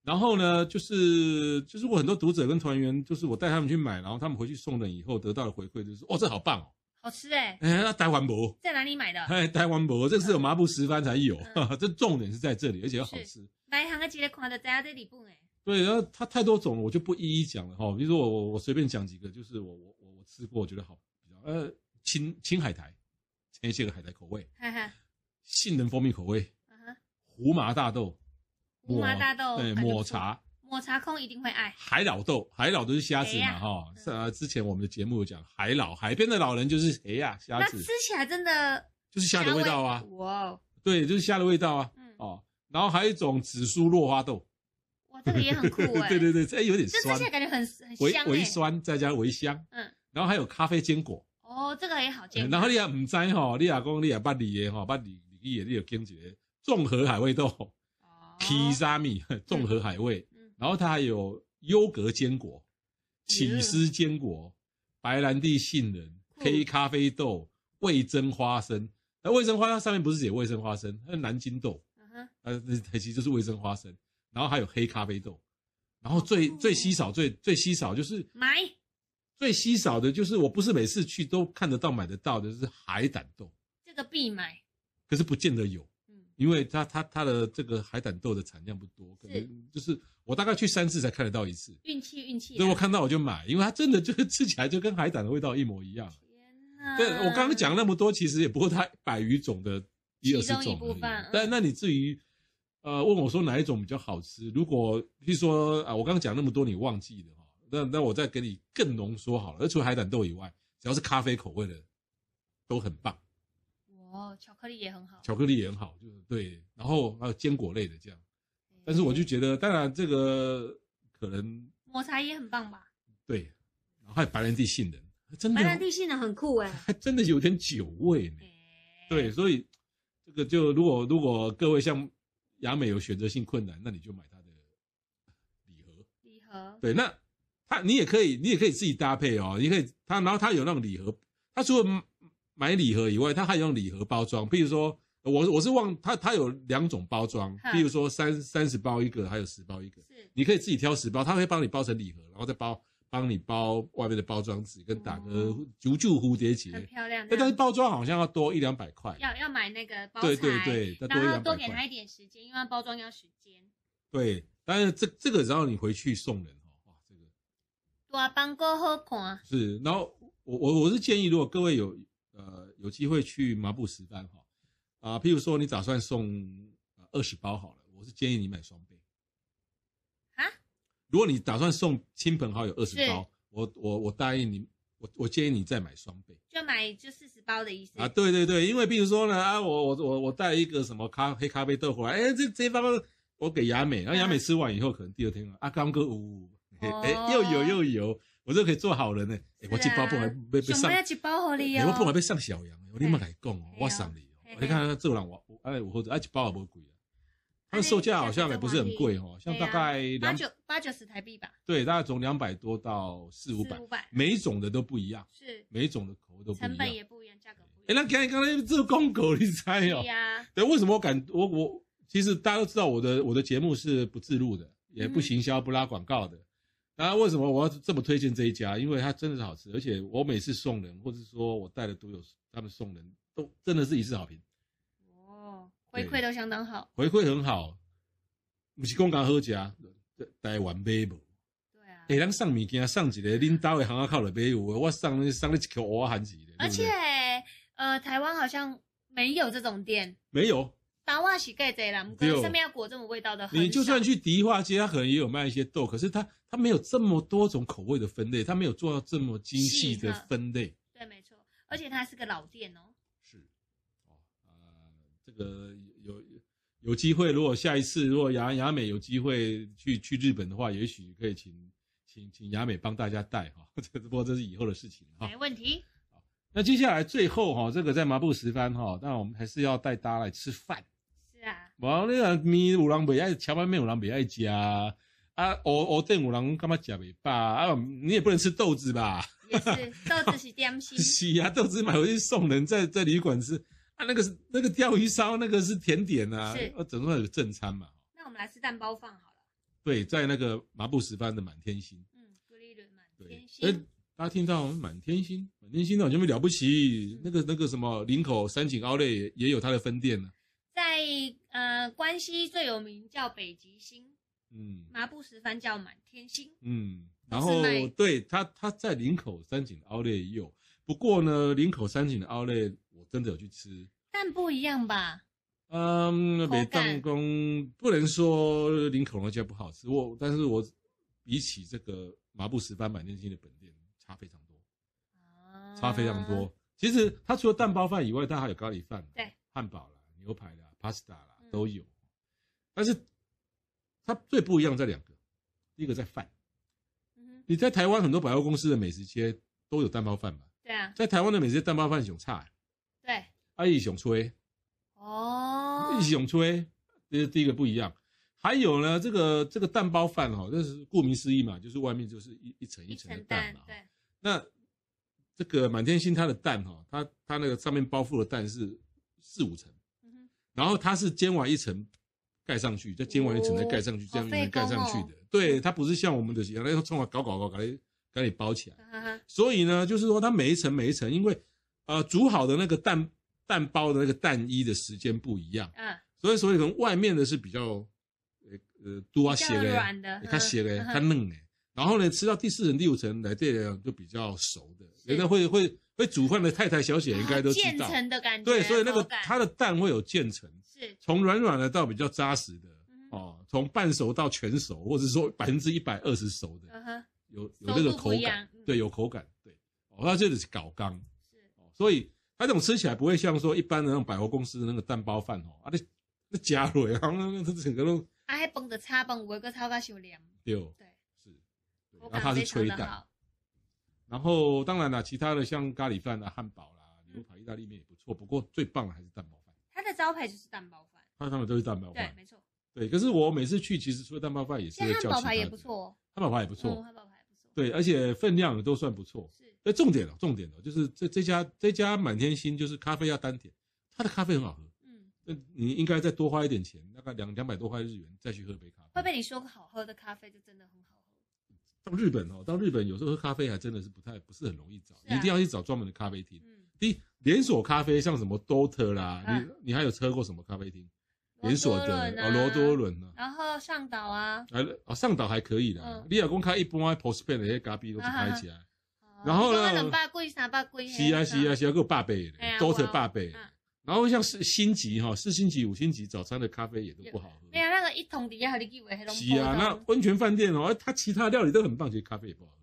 [SPEAKER 1] 然后呢，就是就是我很多读者跟团员，就是我带他们去买，然后他们回去送人以后得到的回馈就是，哦，这好棒哦，
[SPEAKER 2] 好吃哎、
[SPEAKER 1] 哎，那台湾博，
[SPEAKER 2] 在哪里买的？
[SPEAKER 1] 哎，台湾博，这个是有麻布十番才有，
[SPEAKER 2] 嗯
[SPEAKER 1] 这重点是在这里，而且要好
[SPEAKER 2] 是
[SPEAKER 1] 吃。
[SPEAKER 2] 来行个记得看的，大家这里不哎，
[SPEAKER 1] 对，然后它太多种了，我就不一一讲了哈。比如说我我我随便讲几个，就是我我我我吃过，我觉得好比较呃青青海苔，前一些个海苔口味，
[SPEAKER 2] 哈哈，
[SPEAKER 1] 杏仁蜂蜜口味，
[SPEAKER 2] 嗯哼，
[SPEAKER 1] 胡麻大豆，
[SPEAKER 2] 胡麻
[SPEAKER 1] 抹
[SPEAKER 2] 大豆
[SPEAKER 1] 对
[SPEAKER 2] 感觉不
[SPEAKER 1] 抹
[SPEAKER 2] 错
[SPEAKER 1] 茶，
[SPEAKER 2] 抹茶控一定会爱，
[SPEAKER 1] 海老豆，海老豆是虾子
[SPEAKER 2] 哎呀
[SPEAKER 1] 嘛哈
[SPEAKER 2] 嗯。
[SPEAKER 1] 是啊，之前我们的节目有讲海老，海边的老人就是哎呀虾
[SPEAKER 2] 那
[SPEAKER 1] 子
[SPEAKER 2] 吃，起来真的欸
[SPEAKER 1] 就是虾的味道啊，
[SPEAKER 2] 哇哦，
[SPEAKER 1] 对，就是虾的味道啊
[SPEAKER 2] 嗯，
[SPEAKER 1] 哦。然后还有一种紫苏落花豆，
[SPEAKER 2] 哇，这个也很酷 哎、
[SPEAKER 1] 对对对，这有点
[SPEAKER 2] 就
[SPEAKER 1] 酸
[SPEAKER 2] 吃起，来感觉很很
[SPEAKER 1] 微
[SPEAKER 2] 香哎、
[SPEAKER 1] 微酸再加微香，
[SPEAKER 2] 嗯，
[SPEAKER 1] 然后还有咖啡坚果。
[SPEAKER 2] 哦，这个也好
[SPEAKER 1] 欸
[SPEAKER 2] 健
[SPEAKER 1] 然后
[SPEAKER 2] 康，
[SPEAKER 1] 你也唔知吼，你也讲你也捌你的吼，捌你你的你有经一个综合海味豆，
[SPEAKER 2] 哦
[SPEAKER 1] 披萨米 综合海味，
[SPEAKER 2] 嗯
[SPEAKER 1] 然后它还有优格坚果、起司坚果、白兰地杏仁、
[SPEAKER 2] 酷
[SPEAKER 1] 黑咖啡豆、味增花生。那味增花生上面不是写味增花生，它是南京豆，
[SPEAKER 2] 嗯哼，
[SPEAKER 1] 呃，其实就是味增花生。然后还有黑咖啡豆，然后最
[SPEAKER 2] 好酷哦
[SPEAKER 1] 最稀少、最最稀少就是
[SPEAKER 2] 买
[SPEAKER 1] 最稀少的就是我不是每次去都看得到、买得到的，就是海胆豆。
[SPEAKER 2] 这个必买，
[SPEAKER 1] 可是不见得有，
[SPEAKER 2] 嗯。
[SPEAKER 1] 因为它它它的这个海胆豆的产量不多，可能就是我大概去三次才看得到一次，
[SPEAKER 2] 运气运气啊。
[SPEAKER 1] 所以我看到我就买，因为它真的就是吃起来就跟海胆的味道一模一样。啊
[SPEAKER 2] 天啊哪！
[SPEAKER 1] 对，我刚刚讲那么多，其实也不过它百余种的一二
[SPEAKER 2] 其
[SPEAKER 1] 十
[SPEAKER 2] 中一
[SPEAKER 1] 种
[SPEAKER 2] 部分
[SPEAKER 1] 而已
[SPEAKER 2] 嗯。
[SPEAKER 1] 但那你至于呃问我说哪一种比较好吃？如果譬如说啊，我刚刚讲那么多你忘记的哈，那那我再给你更浓缩好了。那除了海胆豆以外，只要是咖啡口味的都很棒，
[SPEAKER 2] 哇，巧克力也很好，
[SPEAKER 1] 巧克力也很好，就是对。然后还有坚果类的这样，但是我就觉得，当然这个可能
[SPEAKER 2] 抹茶也很棒吧？
[SPEAKER 1] 对，然后还有白兰地杏仁，真的
[SPEAKER 3] 白兰地性能很酷哎、
[SPEAKER 1] 还真的有点酒味呢。
[SPEAKER 2] 哎
[SPEAKER 1] 对，，所以这个就如果如果各位像雅美有选择性困难，那你就买它的礼盒。
[SPEAKER 2] 礼盒，
[SPEAKER 1] 对，那它你也可以，你也可以自己搭配哦。你可以它，然后它有那种礼盒，它除了买买礼盒以外，它还有那种礼盒包装。譬如说，我我是忘它它有两种包装，
[SPEAKER 2] 哈
[SPEAKER 1] 譬如说三三十包一个，还有十包一个，
[SPEAKER 2] 是
[SPEAKER 1] 你可以自己挑十包，它会帮你包成礼盒，然后再包帮你包外面的包装纸跟打个
[SPEAKER 2] 哦
[SPEAKER 1] 竹柱蝴蝶结。
[SPEAKER 2] 很漂亮。
[SPEAKER 1] 哎但是包装好像要多一两百块，
[SPEAKER 2] 要要买那个包材，
[SPEAKER 1] 对对对，再多一
[SPEAKER 2] 然后
[SPEAKER 1] 两
[SPEAKER 2] 多
[SPEAKER 1] 百
[SPEAKER 2] 给他
[SPEAKER 1] 块。
[SPEAKER 2] 一点时间，因为它包装要时间。
[SPEAKER 1] 对，但是这这个只要你回去送人哦，哇，这个
[SPEAKER 2] 大帮哥好看，
[SPEAKER 1] 是，然后我我我是建议，如果各位有呃有机会去麻布石斑哈，啊、譬如说你打算送呃二十包好了，我是建议你买双倍
[SPEAKER 2] 啊。
[SPEAKER 1] 如果你打算送亲朋好友二十
[SPEAKER 2] 是
[SPEAKER 1] 包，我我我答应你，我我建议你再买双倍
[SPEAKER 2] 就买就四十包的意思
[SPEAKER 1] 啊。对对对，因为比如说呢，啊我我我我带一个什么咖黑咖啡豆回来，哎这这包我给雅美，然啊后雅美吃完以后，可能第二天啊啊刚哥呜，哎、
[SPEAKER 2] 哦
[SPEAKER 1] 又有又有，我就可以做好人呢、哎我这
[SPEAKER 2] 是啊
[SPEAKER 1] 包不还被被
[SPEAKER 2] 什
[SPEAKER 1] 上
[SPEAKER 2] 么。要一包给你
[SPEAKER 1] 欸
[SPEAKER 2] 哦？
[SPEAKER 1] 我本来要送小杨的，我立马来讲哦，
[SPEAKER 2] 嘿
[SPEAKER 1] 我送你
[SPEAKER 2] 嘿
[SPEAKER 1] 哦
[SPEAKER 2] 嘿。
[SPEAKER 1] 你看这个人我，我哎，我或者哎，一包也不贵啊。它的售价好像也不是很贵哦，像
[SPEAKER 2] 对啊
[SPEAKER 1] 大概
[SPEAKER 2] 八
[SPEAKER 1] 两
[SPEAKER 2] 九八九十台币吧，
[SPEAKER 1] 对，大概从两百多到四五百
[SPEAKER 2] 四，五百
[SPEAKER 1] 每一种的都不一样，
[SPEAKER 2] 是
[SPEAKER 1] 每一种的口味都不
[SPEAKER 2] 成
[SPEAKER 1] 一
[SPEAKER 2] 本
[SPEAKER 1] 样。
[SPEAKER 2] 也不一样，价格不一
[SPEAKER 1] 哎，
[SPEAKER 2] 样。啊
[SPEAKER 1] 那刚才刚才这个公狗，你猜哦
[SPEAKER 2] 对？呀，
[SPEAKER 1] 对，为什么我敢我我其实大家都知道我的我的节目是不自录的，也不
[SPEAKER 2] 嗯
[SPEAKER 1] 行销不拉广告的。那、为什么我要这么推荐这一家？因为它真的是好吃，而且我每次送人，或者说我带的都有他们送人，都真的是一致好评，
[SPEAKER 2] 哦，回
[SPEAKER 1] 对
[SPEAKER 2] 馈都相当好。
[SPEAKER 1] 回馈很好。不是公家好家，台湾买无。
[SPEAKER 2] 对啊，
[SPEAKER 1] 哎，咱送物件送一个，恁兜的行啊靠了买有的，我送你送你一口蚵仔韩子的，对
[SPEAKER 2] 而
[SPEAKER 1] 不
[SPEAKER 2] 且
[SPEAKER 1] 对
[SPEAKER 2] 呃，台湾好像没有这种店，
[SPEAKER 1] 没有，
[SPEAKER 2] 达瓦喜盖贼啦，我们
[SPEAKER 1] 对哦
[SPEAKER 2] 上面要裹这种味道的很少。
[SPEAKER 1] 你就算去迪化街，它可能也有卖一些豆，可是它它没有这么多种口味的分类，它没有做到这么精细的分类。
[SPEAKER 2] 对，没错，而且它是个老店哦。
[SPEAKER 1] 是，哦，呃，这个有有有机会，如果下一次如果雅雅美有机会去去日本的话，也许可以请请请雅美帮大家带哈， 这不过这是以后的事情哈。
[SPEAKER 2] 没问题。
[SPEAKER 1] 那接下来最后哈、这个在麻布十番哈、当然我们还是要带大家来吃饭。
[SPEAKER 2] 是啊，
[SPEAKER 1] 无你若面有人袂爱，荞麦面有人袂爱食，啊乌乌顶有人感觉食袂饱，啊你也不能吃豆子吧？
[SPEAKER 2] 也是豆子是点 心，
[SPEAKER 1] 是啊，豆子买回去送人在，在旅馆吃啊，那个是那个鲷鱼烧，那个是甜点啊
[SPEAKER 2] 是，
[SPEAKER 1] 呃，总算有正餐嘛。
[SPEAKER 2] 那我们来吃蛋包饭好了。
[SPEAKER 1] 对，在那个麻布十番的满天星，
[SPEAKER 2] 嗯，咕哩噜满
[SPEAKER 1] 对
[SPEAKER 2] 天，
[SPEAKER 1] 呃
[SPEAKER 2] 星，
[SPEAKER 1] 大家听到满天星，满天星那好像没了不起
[SPEAKER 2] 嗯，
[SPEAKER 1] 那个那个什么林口三井奥莱也也有它的分店呢、啊
[SPEAKER 2] 在呃关西最有名叫北极星，
[SPEAKER 1] 嗯
[SPEAKER 2] 麻布十番叫满天星。
[SPEAKER 1] 嗯，
[SPEAKER 2] 都
[SPEAKER 1] 然
[SPEAKER 2] 是
[SPEAKER 1] 后
[SPEAKER 2] 卖
[SPEAKER 1] 对他他在林口三井的奥莱也有，不过呢，林口三井的奥莱我真的有去吃，
[SPEAKER 2] 但不一样吧？
[SPEAKER 1] 嗯，
[SPEAKER 2] 口
[SPEAKER 1] 北
[SPEAKER 2] 感
[SPEAKER 1] 藏宫不能说林口那家不好吃，我但是我比起这个麻布十番满天星的本店差非常多，
[SPEAKER 2] 啊
[SPEAKER 1] 差非常多。。其实它除了蛋包饭以外，它还有咖喱饭、
[SPEAKER 2] 对
[SPEAKER 1] 汉堡啦、牛排啦、pasta 啦
[SPEAKER 2] 嗯
[SPEAKER 1] 都有，但是它最不一样在两个，第一个在饭。
[SPEAKER 2] 嗯哼，
[SPEAKER 1] 你在台湾很多百货公司的美食街都有蛋包饭吧？
[SPEAKER 2] 对啊，
[SPEAKER 1] 在台湾的美食街蛋包饭熊菜，
[SPEAKER 2] 对，
[SPEAKER 1] 阿姨熊吹，
[SPEAKER 2] 哦
[SPEAKER 1] 一，熊吹，这是第一个不一样。还有呢，这个这个蛋包饭哈、哦，这是顾名思义嘛，就是外面就是一一层一
[SPEAKER 2] 一
[SPEAKER 1] 层的
[SPEAKER 2] 层
[SPEAKER 1] 蛋
[SPEAKER 2] 蛋
[SPEAKER 1] 嘛。，哦
[SPEAKER 2] 对，
[SPEAKER 1] 那这个满天星它的蛋哈、哦，它它那个上面包覆的蛋是四五层，
[SPEAKER 2] 嗯哼，
[SPEAKER 1] 然后它是煎完一层盖上去，再煎完一层再盖上去，
[SPEAKER 2] 哦
[SPEAKER 1] 这样一层盖上去
[SPEAKER 2] 好费
[SPEAKER 1] 的。对，它不是像我们的一样，那冲啊搞搞搞搞来给你包起来。
[SPEAKER 2] 哈哈哈，
[SPEAKER 1] 所以呢，就是说它每一层每一层，因为呃煮好的那个蛋蛋包的那个蛋衣的时间不一样，
[SPEAKER 2] 嗯，
[SPEAKER 1] 所以所以可能外面的是比较呃呃多啊
[SPEAKER 2] 比较
[SPEAKER 1] 些嘞，
[SPEAKER 2] 软的，
[SPEAKER 1] 它些嘞
[SPEAKER 2] 嗯
[SPEAKER 1] 它嫩嘞，然后呢吃到第四层第五层来这样就比较熟的，人家会会会煮饭的太太小姐应该都知
[SPEAKER 2] 渐
[SPEAKER 1] 道，
[SPEAKER 2] 层的感觉，
[SPEAKER 1] 对，所以那个
[SPEAKER 2] 口感
[SPEAKER 1] 它的蛋会有渐层，
[SPEAKER 2] 是
[SPEAKER 1] 从软软的到比较扎实的哦
[SPEAKER 2] 嗯
[SPEAKER 1] 哦，从半熟到全熟，或者说百分之一百二十熟的。
[SPEAKER 2] 嗯哼，
[SPEAKER 1] 有有那个
[SPEAKER 2] 手度
[SPEAKER 1] 口
[SPEAKER 2] 不一
[SPEAKER 1] 感
[SPEAKER 2] 样，嗯
[SPEAKER 1] 对，有口感，对，哦，它这个是搞刚，
[SPEAKER 2] 是
[SPEAKER 1] 哦，所以它这种吃起来不会像说一般的那种百货公司的那个蛋包饭哦，啊，那那加蕊，然后那那整个都
[SPEAKER 2] 啊，还蹦的叉蹦，我个超高修凉，
[SPEAKER 1] 丢，
[SPEAKER 2] 对，
[SPEAKER 1] 是，对然后
[SPEAKER 2] 口感
[SPEAKER 1] 啊它是
[SPEAKER 2] 非常
[SPEAKER 1] 吹
[SPEAKER 2] 的
[SPEAKER 1] 蛋，
[SPEAKER 2] 好，
[SPEAKER 1] 然后当然啦，其他的像咖喱饭啊、汉堡啦、牛排、意大利面也不错，不过最棒的还是蛋包饭，
[SPEAKER 2] 它的招牌就是蛋包饭，
[SPEAKER 1] 它他们都是蛋包
[SPEAKER 2] 对，
[SPEAKER 1] 饭，
[SPEAKER 2] 没错，
[SPEAKER 1] 对，可是我每次去，其实除了蛋包饭，也是
[SPEAKER 2] 现
[SPEAKER 1] 会
[SPEAKER 2] 在
[SPEAKER 1] 叫
[SPEAKER 2] 汉
[SPEAKER 1] 其
[SPEAKER 2] 堡
[SPEAKER 1] 他
[SPEAKER 2] 排也
[SPEAKER 1] 的
[SPEAKER 2] 不，错哦，
[SPEAKER 1] 汉堡排也不
[SPEAKER 2] 不
[SPEAKER 1] 错，
[SPEAKER 2] 汉堡排也不错，
[SPEAKER 1] 对，而且分量也都算不错。
[SPEAKER 2] 是
[SPEAKER 1] 哎，重点了，重点了，就是这这家这家满天星就是咖啡要单点，它的咖啡很好喝，
[SPEAKER 2] 嗯，
[SPEAKER 1] 那你应该再多花一点钱，大概两两百多块日元再去喝杯咖啡。
[SPEAKER 2] 会被你说好喝的咖啡就真的很好喝，
[SPEAKER 1] 到日本哦，到日本有时候喝咖啡还真的是不太不是很容易找，
[SPEAKER 2] 是啊
[SPEAKER 1] 你一定要去找专门的咖啡厅。
[SPEAKER 2] 嗯，
[SPEAKER 1] 第一，连锁咖啡像什么 DOTA 啦，
[SPEAKER 2] 嗯
[SPEAKER 1] 你你还有车过什么咖啡厅？连锁的哦，罗多，伦啊，
[SPEAKER 2] 然后上岛啊，
[SPEAKER 1] 还哦上岛还可以啦
[SPEAKER 2] 嗯。啊
[SPEAKER 1] 你老公开一般 post p a n 的那些咖啡都是拍起来。
[SPEAKER 2] 哦
[SPEAKER 1] 然后呢
[SPEAKER 2] 一个两百贵三百贵，
[SPEAKER 1] 是啊是啊
[SPEAKER 2] 啊，
[SPEAKER 1] 是啊，够八倍的
[SPEAKER 2] 哎呀
[SPEAKER 1] ，DOTA
[SPEAKER 2] 我
[SPEAKER 1] 八倍的。
[SPEAKER 2] 嗯
[SPEAKER 1] 然后像是星级哈，四星级、五星级早餐的咖啡也都不好
[SPEAKER 2] 没
[SPEAKER 1] 喝。
[SPEAKER 2] 有那个一桶底下和你以啊为黑龙
[SPEAKER 1] 是啊，那温泉饭店哦，它其他料理都很棒，其实咖啡也不好喝。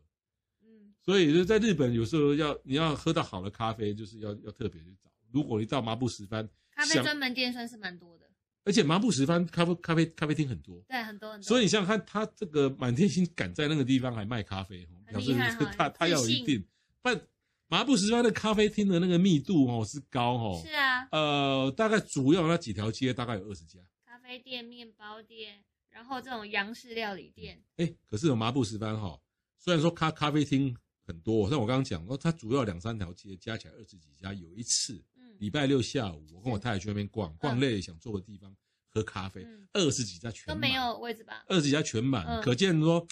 [SPEAKER 2] 嗯，
[SPEAKER 1] 所以就在日本，有时候要你要喝到好的咖啡，就是要要特别去找。如果你到麻布十番，
[SPEAKER 2] 咖啡
[SPEAKER 1] 想
[SPEAKER 2] 专门店算是蛮多的，
[SPEAKER 1] 而且麻布十番咖啡咖啡咖啡厅很多，
[SPEAKER 2] 对，很多很多，
[SPEAKER 1] 所以你想想看，他这个满天星敢在那个地方还卖咖啡，哦表
[SPEAKER 2] 很
[SPEAKER 1] 示
[SPEAKER 2] 厉害哈
[SPEAKER 1] 他他要有
[SPEAKER 2] 自
[SPEAKER 1] 一
[SPEAKER 2] 信
[SPEAKER 1] 定。但麻布十番的咖啡厅的那个密度哦是高哦，
[SPEAKER 2] 是啊，
[SPEAKER 1] 呃，大概主要那几条街大概有二十家。
[SPEAKER 2] 咖啡店、面包店，然后这种洋式料理店，
[SPEAKER 1] 哎，可是有麻布十番哈、虽然说咖咖啡厅很多，像我刚刚讲过，它主要两三条街加起来二十几家。有一次
[SPEAKER 2] 嗯，
[SPEAKER 1] 礼拜六下午，我跟我太太去那边逛，逛累了想坐个地方喝咖啡
[SPEAKER 2] 嗯，
[SPEAKER 1] 二十几家全
[SPEAKER 2] 都
[SPEAKER 1] 满
[SPEAKER 2] 没，有位置吧？
[SPEAKER 1] 二十几家全满，
[SPEAKER 2] 嗯
[SPEAKER 1] 可见说。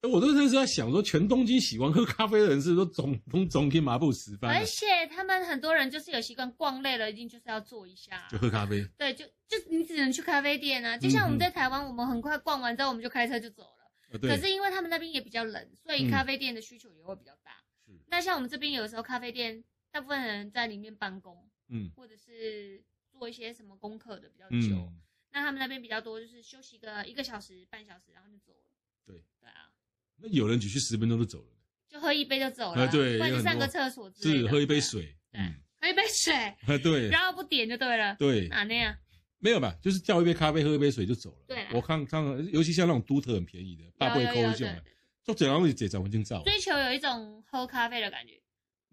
[SPEAKER 1] 哎，我都那时候在想说，全东京喜欢喝咖啡的人是不是都总总总跟麻布十番啊
[SPEAKER 2] 而
[SPEAKER 1] 了，
[SPEAKER 2] 且他们很多人就是有习惯，逛累了一定就是要坐一下啊、
[SPEAKER 1] 就喝嗯咖啡。
[SPEAKER 2] 对，就就你只能去咖啡店啊。就像我们在台湾，我们很快逛完之后，我们就开车就走了。
[SPEAKER 1] 啊，
[SPEAKER 2] 可
[SPEAKER 1] 对，
[SPEAKER 2] 是因为他们那边也比较冷，所以
[SPEAKER 1] 嗯
[SPEAKER 2] 咖啡店的需求也会比较大。
[SPEAKER 1] 是
[SPEAKER 2] 那像我们这边有时候咖啡店，大部分人在里面办公，
[SPEAKER 1] 嗯
[SPEAKER 2] 或者是做一些什么功课的比较久。
[SPEAKER 1] 嗯，
[SPEAKER 2] 那他们那边比较多，就是休息个一个小时、半小时，然后就走了。
[SPEAKER 1] 对
[SPEAKER 2] 对啊，
[SPEAKER 1] 那有人只去十分钟就走了，
[SPEAKER 2] 就喝一杯就走了，
[SPEAKER 1] 啊对
[SPEAKER 2] 或者
[SPEAKER 1] 有
[SPEAKER 2] 是
[SPEAKER 1] 很
[SPEAKER 2] 上
[SPEAKER 1] 多
[SPEAKER 2] 个厕所之类
[SPEAKER 1] 是
[SPEAKER 2] 的，
[SPEAKER 1] 喝一杯，水，
[SPEAKER 2] 对啊
[SPEAKER 1] 嗯，
[SPEAKER 2] 喝一杯水，
[SPEAKER 1] 啊， 对
[SPEAKER 2] 然后啊不点就对了，
[SPEAKER 1] 对，
[SPEAKER 2] 哪那样？
[SPEAKER 1] 没有吧，就是叫一杯咖啡，喝一杯水就走了。
[SPEAKER 2] 对啦
[SPEAKER 1] 我看看，尤其像那种都特很便宜的，八
[SPEAKER 2] 有
[SPEAKER 1] 倍扣
[SPEAKER 2] 有有
[SPEAKER 1] 一种
[SPEAKER 2] 对，
[SPEAKER 1] 就整样子这张文经照。
[SPEAKER 2] 追求有一种喝咖啡的感觉，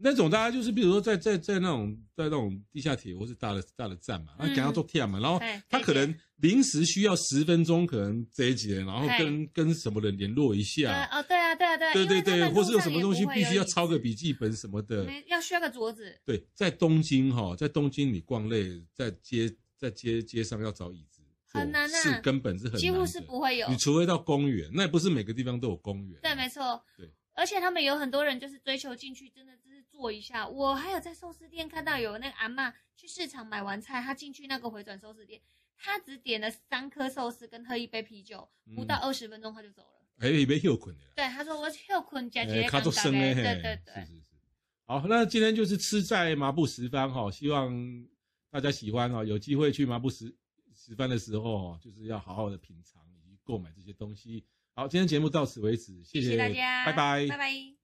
[SPEAKER 1] 那种大家就是，比如说在在在那种在那种地下铁或是大的大的站嘛，
[SPEAKER 2] 嗯
[SPEAKER 1] 那赶到做天嘛，然后
[SPEAKER 2] 对
[SPEAKER 1] 他可能临时需要十分钟，可能这一节，然后跟跟什么人联络一
[SPEAKER 2] 对
[SPEAKER 1] 下，
[SPEAKER 2] 哦，对啊，对啊，对啊，
[SPEAKER 1] 对
[SPEAKER 2] 因为
[SPEAKER 1] 对
[SPEAKER 2] 他
[SPEAKER 1] 对，
[SPEAKER 2] 们
[SPEAKER 1] 或是有
[SPEAKER 2] 路
[SPEAKER 1] 什
[SPEAKER 2] 上
[SPEAKER 1] 么
[SPEAKER 2] 也
[SPEAKER 1] 东西
[SPEAKER 2] 不会
[SPEAKER 1] 必
[SPEAKER 2] 有
[SPEAKER 1] 须要
[SPEAKER 2] 椅
[SPEAKER 1] 抄个
[SPEAKER 2] 子
[SPEAKER 1] 笔记本什么的。
[SPEAKER 2] 没要需要个桌子，
[SPEAKER 1] 对，在东京哈、在东京你逛累，在街在街街上要找椅子坐，
[SPEAKER 2] 很难啊
[SPEAKER 1] 是根本是很难的，
[SPEAKER 2] 几乎是不会有
[SPEAKER 1] 你，除非到公园，那也不是每个地方都有公园。啊
[SPEAKER 2] 对，没错，
[SPEAKER 1] 对。
[SPEAKER 2] 而且他们有很多人就是追求进去，真的就是坐一下。我还有在寿司店看到有那个阿嬷去市场买完菜，她进去那个回转寿司店，她只点了三颗寿司跟喝一杯啤酒，不
[SPEAKER 1] 嗯
[SPEAKER 2] 到二十分钟她就走了。
[SPEAKER 1] 哎，也别又困的啦。
[SPEAKER 2] 对，她说我休困加
[SPEAKER 1] 哎
[SPEAKER 2] 节
[SPEAKER 1] 卡
[SPEAKER 2] 刚
[SPEAKER 1] 做
[SPEAKER 2] 大
[SPEAKER 1] 生
[SPEAKER 2] 概，
[SPEAKER 1] 哎，
[SPEAKER 2] 对
[SPEAKER 1] 嘿
[SPEAKER 2] 对
[SPEAKER 1] 是
[SPEAKER 2] 对，
[SPEAKER 1] 是是。好，那今天就是吃在麻布十番哈、希望大家喜欢哦。有机会去麻布十十番的时候、哦，就是要好好的品尝以及购买这些东西。好，今天节目到此为止，谢
[SPEAKER 2] 谢大家，
[SPEAKER 1] 拜拜，
[SPEAKER 2] 拜拜。